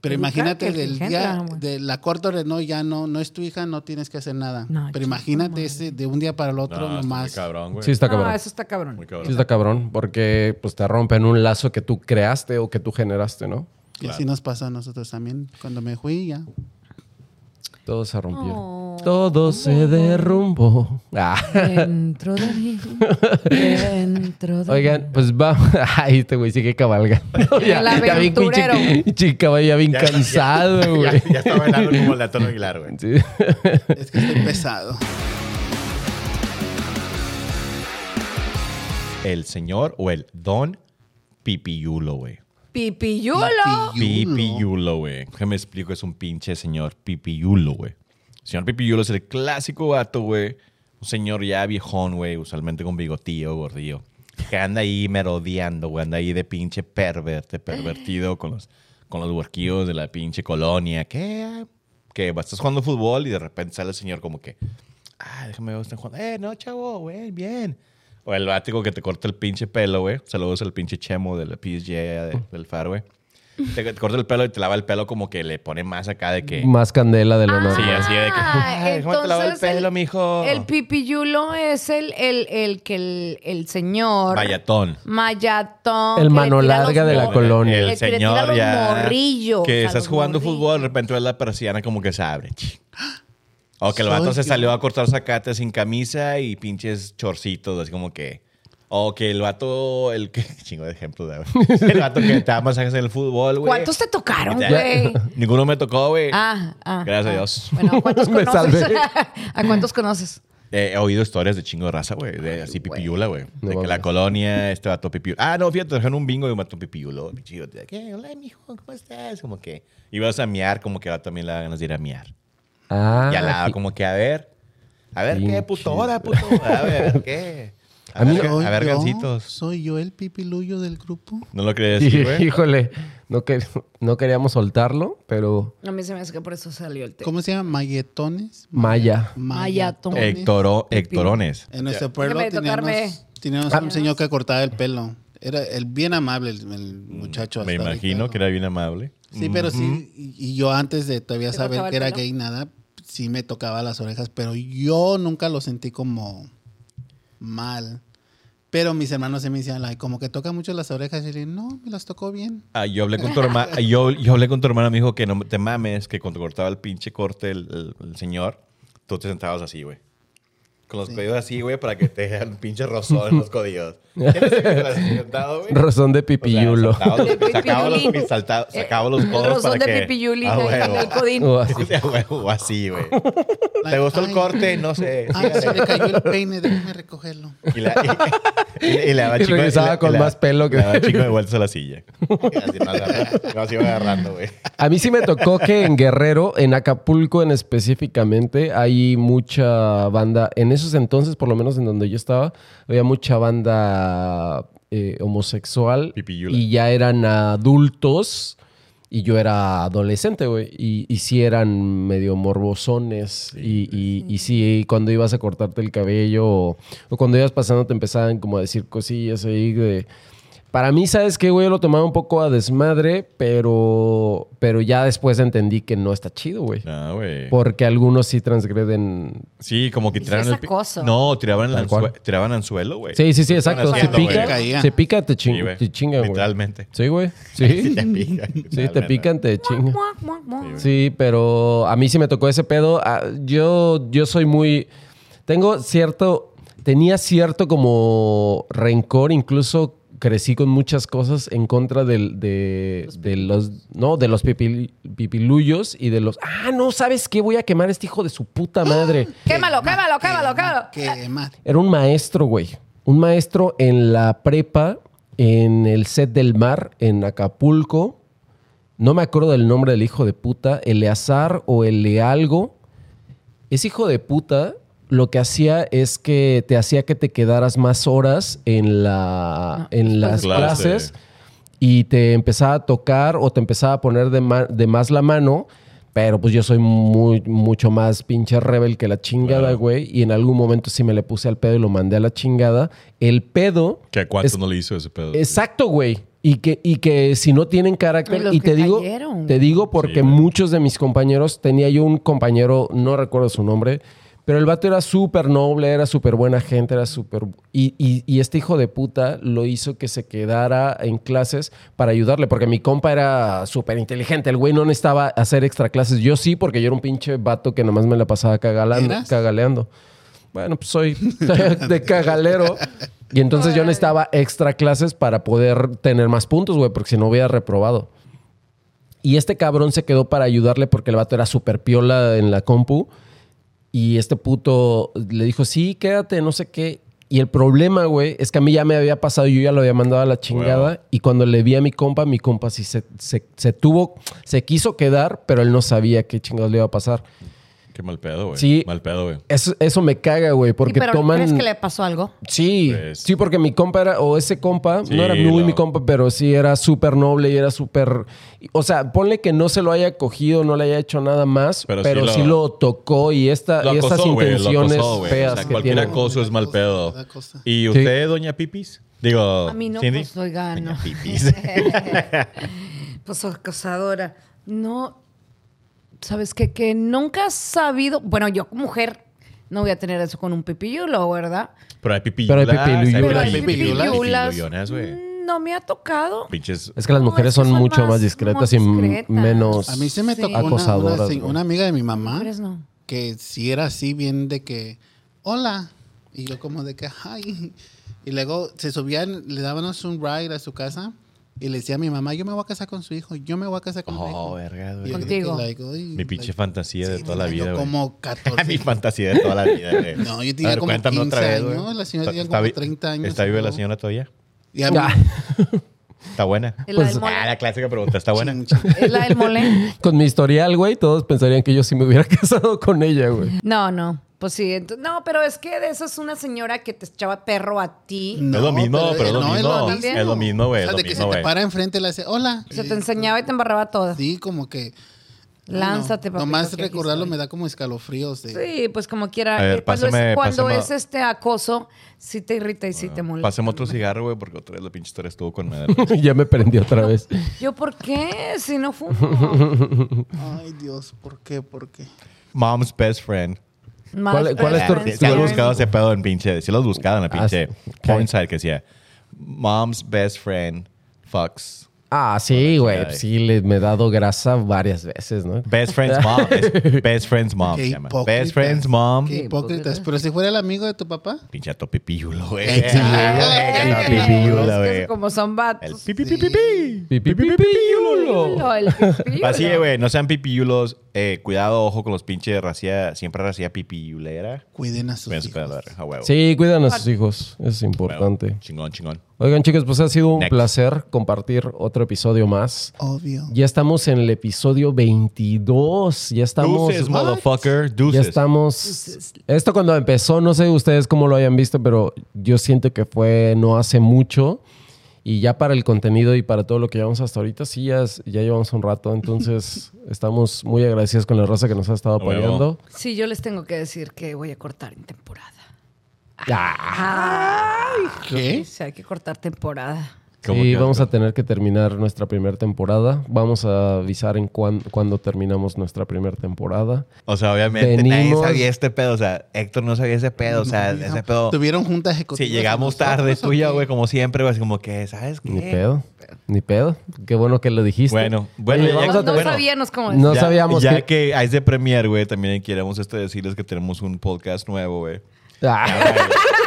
Pero
Educar que
imagínate
el que
del
engendra,
día
güey.
de la corte ordenó ya no no es tu hija, no tienes que hacer nada.
No, chico,
Pero imagínate
madre.
ese de un día para el
No,
otro
está muy
nomás.
cabrón, güey.
Sí, está
Ah,
cabrón.
eso está cabrón.
Muy cabrón.
Sí está cabrón, porque pues te rompen un lazo que tú creaste o que tú generaste, ¿no?
Y así
Claro.
nos pasó a nosotros también. Cuando me fui ya.
Todo se rompió.
Oh.
Todo se derrumbó. Ah.
Dentro de mí. Dentro de
Oigan,
mí.
pues vamos. Ay, este güey sigue cabalgando.
El
bien pinche-
aventurero.
pinche caballo ya bien
Ya-
cansado,
Ya,
güey.
ya está bailando como la Tono Aguilar, güey.
Sí.
Es que estoy pesado.
El señor o el don Pipiulo, güey.
Pipiyulo.
Yulo.
Pipiyulo, güey. Que me explico, es un pinche señor Pipiyulo, güey. Señor Pipiyulo es el clásico vato, güey. Un señor ya viejón, güey, usualmente con bigotillo, gordillo. Que anda ahí merodeando, güey. Anda ahí de pinche perverte, pervertido con los, con los huerquillos de la pinche colonia. Que, que estás jugando fútbol y de repente sale el señor como que... Ah, déjame ver, están jugando. Eh, no, chavo, güey, bien. O el vático que te corta el pinche pelo, güey. Saludos al pinche chemo de la PSG eh, de- del far, güey. Te, te corta el pelo y te lava el pelo como que le pone más acá de que...
Más candela de lo
Sí,
normal.
así de que...
Ah,
"Ay, ¿Cómo te lava el
entonces el-
pelo, mijo?
El pipiyulo es el, el, el que el, el señor.
Mayatón.
Mayatón.
El
que le
mano
tira
larga
los
de la
mor-
colonia.
El que le tira los morrillos,
Que
a
estás
los
jugando
morrillos.
fútbol, de repente ves la persiana como que se abre. ch. O que el
Soy
vato se
yo.
salió a cortar zacate sin camisa y pinches chorcitos, así como que. O que el vato, el que. Chingo de ejemplo, de El vato que te da masajes en el fútbol, güey.
¿Cuántos te tocaron,
Ya.
güey?
Ninguno me tocó, güey.
Ah, ah.
Gracias a
ah.
Dios.
Bueno, ¿a ¿cuántos
Me
conoces?
salvé.
¿A cuántos conoces?
Eh, he oído historias de chingo de raza, güey. De así pipiula, güey. de
No
que
mames.
la colonia, este vato pipiula. Ah, no, fíjate, dejaron un bingo y mató pipiulo. Chido, de que, hola, mijo, ¿cómo estás? Como que ibas a miar, como que ahora también le dan ganas de ir a miar.
Ah,
y al lado,
sí.
como que a ver. A ver
Pinche-
qué, puto, ahora, puto. A ver, qué. A,
A mí
ver,
Soy
a ver,
yo,
gancitos.
Soy yo el pipiluyo del grupo.
No lo crees,
Sí,
güey.
híjole, no, quer- no queríamos soltarlo, pero
A mí se me hace que por eso salió el tema.
¿Cómo se llama? Mayetones.
Maya.
Mayatón.
Hectoro, Hectorones.
En nuestro pueblo
Déjame
teníamos,
tocarme.
teníamos un señor que cortaba el pelo. Era el bien amable el, el muchacho.
Me
hasta
imagino
ahorita.
que era bien amable.
Sí, pero sí, y y yo antes de todavía
¿Te
saber
tocaba el
que era
pelo?
gay, nada, sí me tocaba las orejas, pero yo nunca lo sentí como mal. Pero mis hermanos se me decían, like, como que toca mucho las orejas. Y yo le dije, no, me las tocó bien.
Ah, yo hablé con tu hermana, yo, yo hablé con tu hermana, me dijo que no te mames, que cuando cortaba el pinche corte el, el- el señor, tú te sentabas así, güey. Con los codillos así, güey, para que te dejan un pinche rozón en los codillos. ¿Quieres que te las hayas sentado,
Pues
güey?
Razón de pipillulo.
O sea, sacaba los-
De
sacaba los,
pipiyuli.
salta- sacaba los
El
codos
rozón
para
Eh, de
que...
pipiyuli
Ah,
ahí
güey,
en el codín.
O así.
o sea, güey, o así, güey. ¿Te
Like,
gustó el
ay,
corte? No sé.
Ay, se
sígale.
me cayó el peine, déjame recogerlo.
Y la, y, y- y le daba
Y
chico-
regresaba
le- le
con
daba-
más pelo que-
Le daba chico de vueltas a la silla. Y Así no, no, se iba agarrando, güey.
A mí sí me tocó que en Guerrero, en Acapulco en específicamente, hay mucha banda, en esos entonces, por lo menos en donde yo estaba, había mucha banda eh, homosexual
Pipiyula.
y ya eran adultos y yo era adolescente, güey, y, y sí eran medio morbosones y, y, y sí, cuando ibas a cortarte el cabello o, o cuando ibas pasando te empezaban como a decir cosillas ahí de... Para mí, ¿sabes qué, güey? Yo Lo tomaba un poco a desmadre, pero, pero ya después entendí que no está chido, güey.
No, güey.
Porque algunos sí transgreden.
Sí, como que
Sí,
tiraban
es
el pi-
acoso.
No, tiraban, el
Tal cual.
anzue- tiraban anzuelo, güey.
Sí, sí, sí, exacto.
Tiraban
Si
anzuelo,
pica,
güey.
Caía.
si pica, te, chin-
Sí, güey.
te chinga, güey.
Literalmente.
Sí, güey. Sí.
te pica.
Sí, te pican, te chinga.
Muac, muac, muac.
Sí, pero a mí sí me tocó ese pedo. Ah, Yo, yo soy muy. Tengo cierto. Tenía cierto como rencor, incluso crecí con muchas cosas en contra del, de, de los. No, de los pipil- pipiluyos y de los. Ah, no, ¿sabes qué? Voy a quemar a este hijo de su puta madre.
Quémalo, quémalo, quémalo, quémalo.
Que más.
Era un maestro, güey. Un maestro en la prepa, en el set del mar, en Acapulco. No me acuerdo del nombre del hijo de puta, Eleazar o Elealgo. Ese hijo de puta lo que hacía es que te hacía que te quedaras más horas en, la, en las
Clase.
clases y te empezaba a tocar o te empezaba a poner de, ma- de más la mano. Pero pues yo soy muy, mucho más pinche rebel que la chingada,
Claro.
güey. Y en algún momento sí me le puse al pedo y lo mandé a la chingada. El pedo.
Que a cuánto
es-
no le hizo ese pedo.
Exacto, güey. Y que, y que si no tienen
Y
carácter.
los
Y
que
te digo,
cayeron.
te digo porque
güey.
muchos de mis compañeros, tenía yo un compañero, no recuerdo su nombre, pero el vato era súper noble, era súper buena gente, era súper... Y, y- y este hijo de puta lo hizo que se quedara en clases para ayudarle, porque mi compa era súper inteligente, el güey no necesitaba hacer extra clases, yo sí, porque yo era un pinche vato que nomás me la pasaba cagalando,
¿Eras?
cagaleando. Bueno, pues soy de cagalero. Y entonces yo necesitaba extra clases para poder tener más puntos, güey, porque si no hubiera reprobado. Y este cabrón se quedó para ayudarle porque el vato era súper piola en la compu. Y este puto le dijo, sí, quédate, no sé qué. Y el problema, güey, es que a mí ya me había pasado, yo ya lo había mandado a la chingada.
Wow.
Y cuando le vi a mi compa, mi compa sí se, se- se tuvo, se quiso quedar, pero él no sabía qué chingados le iba a pasar.
Qué mal pedo, güey.
Sí.
Mal pedo, güey.
Eso, eso me caga, güey, porque
pero
toman...
¿crees que le pasó algo?
Sí,
Pues-
sí, porque mi compa era, o ese compa,
Sí,
no era muy
no.
mi compa, pero sí era súper noble y era súper. O sea, ponle que no se lo haya cogido, no le haya hecho nada más, pero,
Pero sí lo-
sí, lo, tocó y, esta,
Lo
Ah, y estas
acosó, güey. Lo
intenciones
acosó, güey.
feas
O sea,
que
cualquier
tiene.
acoso es mal
Cosa,
pedo.
cada cosa.
¿Y usted, doña Pipis? Digo,
A mí no,
Cindy.
pues, oiga,
Doña
no.
Pipis.
Pues acosadora. No, ¿sabes qué? Que nunca has sabido. Bueno, yo como mujer no voy a tener eso con un pipillulo, ¿verdad?
Pero hay pipillas.
Pero hay pipiluyulas.
Pero
hay
hay
pipillulas.
pipillulas,
güey.
No me ha tocado.
Pinches.
Es que las
No,
mujeres
es que
son,
son
mucho más
más
discretas, y m-
discretas.
menos.
A mí se me
Sí.
tocó una- una,
Acosadoras,
sí,
güey.
una amiga de mi mamá
Mujeres no.
que si era así bien de que, hola. Y yo como de que, ay. Y luego se subían, le dábamos un ride a su casa y le decía a mi mamá, yo me voy a casar con su hijo, yo me voy a casar con su hijo.
Oh, verga,
Y
güey.
yo de
Contigo.
que, like, ay,
Mi pinche
like,
fantasía de
sí,
toda la
tenía yo
vida, güey.
Como 14.
Mi fantasía de toda la vida, güey.
No, yo
A
tenía
ver,
como
cuéntame
15
otra vez, güey.
años, la señora
Está-
tenía está como
vi-
30 años,
¿Está viva la
creo.
señora todavía?
Y a mí-
Ah,
¿Está buena?
Es la del mole.
Ah, la clásica pregunta. ¿Está buena?
Chin, chin.
¿Es la del mole?
con mi historial, güey, todos pensarían que yo sí me hubiera casado con ella, güey.
No, no. Pues sí. ento- no, pero es que de eso es una señora que te echaba perro a ti.
es lo mismo, pero es lo
no,
mismo.
mismo.
Es lo mismo, güey.
O
Es
sea,
lo
de que
mismo,
se te
güey.
para enfrente y le hace, hola.
Se te
Y-
enseñaba y te embarraba toda.
Sí, como que. no,
Lánzate, papito,
Nomás
que aquí
recordarlo
estoy.
me da como escalofríos. de-
Sí, pues como quiera.
A ver,
Eh, cuando
pásame-
es, cuando
pásame-
es este acoso, sí te irrita y sí te molesta.
Pásame otro cigarro, güey, porque otra vez la pinche historia estuvo con madre.
ya me prendí otra vez.
Yo, ¿por qué? Si no fumo.
Ay, Dios, ¿por qué? ¿Por qué?
Mom's best friend.
Más
¿Cuál- cuál es tu-
Si
preference.
has buscado ese pedo en pinche. Si lo has buscado en la
Ah,
pinche
sí. Ok.
porn site que decía Mom's best friend fucks.
Ah, sí, güey.
chingada.
Sí, le, me he dado grasa varias veces, ¿no?
Best friend's mom. es best friend's mom.
Qué
se llama.
hipócritas.
Best friend's mom.
Qué hipócritas. pues, Pero si fuera el amigo de tu papá.
Pinche a pipíulo, güey.
Eh, sí,
Ah,
güey.
la
Ay,
pipiula,
es que
güey.
Como son
El
vatos.
pipi, pipi, pipi.
Pi, pi, pi, pi, yulo.
Pipiulo, el pipiulo.
Así, es, güey, no sean pipiulos. Eh, cuidado, ojo con los pinches racía, siempre racía pipiulera.
Cuiden a sus
Cuídense
hijos.
con la verga, a huevo.
Sí, cuidan a sus hijos. Es
Huevo.
importante.
Chingón, chingón.
Oigan, chicos, pues ha sido un
Next.
placer compartir otro episodio más.
Obvio.
Ya estamos en el episodio 22. Ya estamos.
Deuces, motherfucker.
Ya
Deuces.
estamos. Esto cuando empezó, no sé ustedes cómo lo hayan visto, pero yo siento que fue no hace mucho. Y ya para el contenido y para todo lo que llevamos hasta ahorita, sí, ya, es- ya llevamos un rato. Entonces, estamos muy agradecidos con la raza que nos ha estado
A huevo.
apoyando.
Sí, yo les tengo que decir que voy a cortar en temporada.
Ya.
Ah.
Ay,
¿Qué?
sí, hay que cortar temporada.
¿Cómo
Sí,
que
vamos
otro?
a tener que terminar nuestra primera temporada. Vamos a avisar en cuán- cuándo terminamos nuestra primera temporada.
O sea, obviamente nadie
Venimos-
sabía este pedo. O sea, Héctor no sabía ese pedo. O sea,
No,
ese pedo.
Tuvieron juntas
Si
ejecutivas.
llegamos
con
tarde
nosotros,
tuya,
¿o
güey,
qué?
como siempre, güey, así como que, ¿sabes qué?
Ni pedo. Ni pedo. Qué bueno que lo dijiste.
Bueno, bueno,
Oye,
ya-
vamos
No,
a
no
bueno.
sabíamos cómo
No
Ya-
sabíamos
ya
que-
que... hay de premier, güey, también queremos este decirles que tenemos un podcast nuevo, güey.
Ah.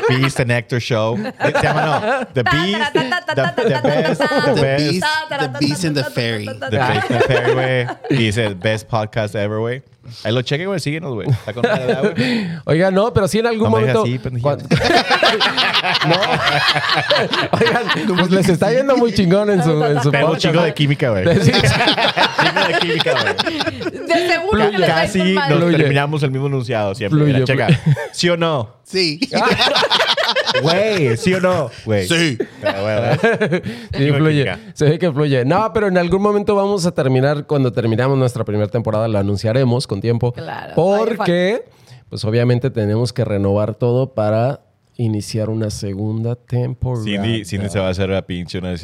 Beast and Hector Show. Se llama, no, The Beast, The, the Best, The
The
Best,
Beast, the Beast and the Fairy.
The Beast and the Fairy, güey. Y dice, Best Podcast Ever, güey. Ahí lo chequen, güey, síguenos, güey. Está con madre, güey.
Oigan, no, pero sí en algún
No me digas
momento.
así, pendejito.
cuan- No. Oigan, pues les está yendo muy chingón en su, en su
Pero un
podcast.
chingo de química, güey.
Sí.
Chingo de química, güey.
De seguro que les va a ir
Casi
con madre.
nos
Fluye.
terminamos el mismo enunciado siempre.
Fluye,
Mira, checa. ¿Sí o no?
Sí.
Güey, ¿sí o no? Güey.
Sí.
Pero, güey, ¿verdad?
Sí,
Digo,
fluye.
química.
Se ve que fluye. No, pero en algún momento vamos a terminar, cuando terminamos nuestra primera temporada, lo anunciaremos con tiempo.
Claro.
Porque, pues obviamente tenemos que renovar todo para iniciar una segunda temporada.
Cindy, Cindy se va a hacer la pinche una...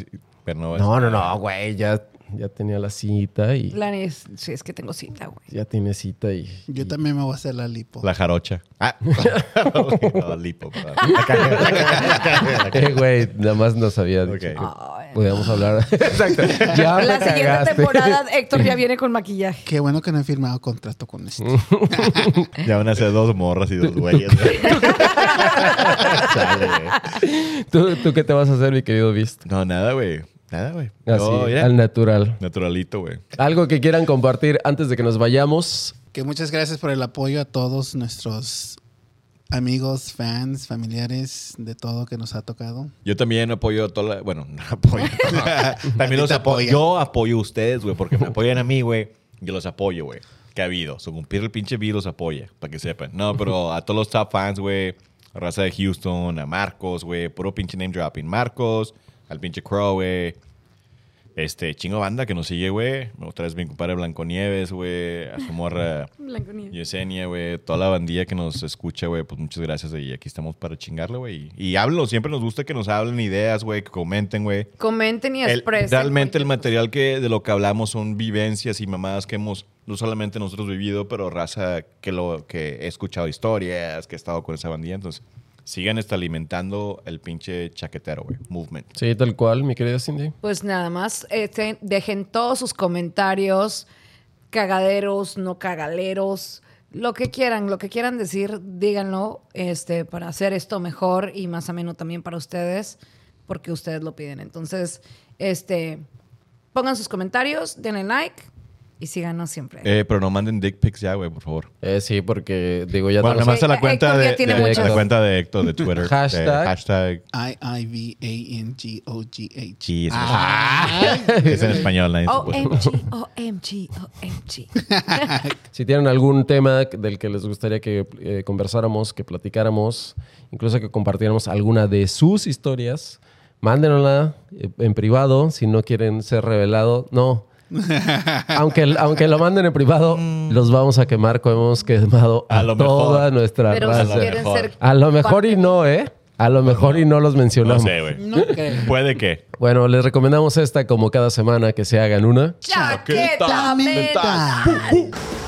Pero no,
No, no, no, güey. Ya, ya tenía la cita y
Plan es, sí, es que tengo cita, güey.
ya tiene cita y...
Yo también me voy a hacer la lipo.
La jarocha. Ah. no, lipo, perdón. La cagué, la cagué, la cagué, la cagué.
Eh, güey, nada más no sabía.
Ok.
que
Ay.
Podíamos hablar. Exacto. Ah, pues, Ya me
La siguiente
cagaste.
temporada, Héctor ya viene con maquillaje.
Qué bueno que no he firmado contrato con esto.
Ya van a ser dos morras y dos güeyes. güey. Chale, güey.
¿Tú, tú qué te vas a hacer, mi querido Vist?
No, nada, güey. Nada, güey.
Así,
No, mira.
al natural.
Naturalito, güey.
Algo que quieran compartir antes de que nos vayamos.
Que muchas gracias por el apoyo a todos nuestros amigos, fans, familiares, de todo que nos ha tocado.
Yo también apoyo a toda la... Bueno, no apoyo. también los
te
apoyo.
apoya.
Yo apoyo a ustedes, güey, porque me apoyan a mí, güey. Yo los apoyo, güey. Que ha habido. So, cumplir el pinche virus los apoya, para que sepan. No, pero a todos los top fans, güey. a Raza de Houston, a Marcos, güey. Puro pinche name dropping. Marcos, al pinche Crow, güey. Este, chingo banda que nos sigue, güey. Me gustaría es mi compadre Blanco Nieves, güey. A su morra
Blanco Nieves.
Yesenia, güey. Toda la bandilla que nos escucha, güey. Pues muchas gracias. Y aquí estamos para chingarle, güey. Y háblenlo. Siempre nos gusta que nos hablen ideas, güey. Que comenten, güey.
Comenten y
El-
expresen.
realmente el
cualquier cosa.
material que de lo que hablamos son vivencias y mamadas que hemos no solamente nosotros vivido, pero raza que lo que he escuchado historias, que he estado con esa bandilla, entonces sigan este, alimentando el pinche chaquetero, güey, movement.
Sí, tal cual, mi querida Cindy.
Pues nada más, este, dejen todos sus comentarios, cagaderos, no cagaleros, lo que quieran, lo que quieran decir, díganlo, este, para hacer esto mejor y más ameno también para ustedes, porque ustedes lo piden. Entonces, este, pongan sus comentarios, denle like y síganos siempre.
Eh, pero no manden dick pics ya, güey, por favor.
Eh, sí, porque digo, ya
Bueno, nada
tenemos-
más a la
Héctor
cuenta
ya
de,
tiene
de- la
muchos.
cuenta de Héctor de Twitter. de
Hashtag.
hashtag
I-I-V-A-N-G-O-G-H.
Jesus. Es en español, nadie se
Oh,
puede.
OMG, OMG, OMG.
Si tienen algún tema del que les gustaría que eh, conversáramos, que platicáramos, incluso que compartiéramos alguna de sus historias, mándenosla eh, en privado si no quieren ser revelado. No. aunque, aunque lo manden en privado, los vamos a quemar como hemos quemado a,
Mm. A lo
toda
mejor.
nuestra
Pero
a
si
lo
raza.
quieren
mejor.
ser...
A lo mejor y no, ¿eh? A lo mejor y no los
No
mencionamos.
sé, güey.
No creo.
Puede que.
Bueno, les recomendamos esta como cada semana que se hagan una.
Chaqueta
Chaqueta
mental.
Mental.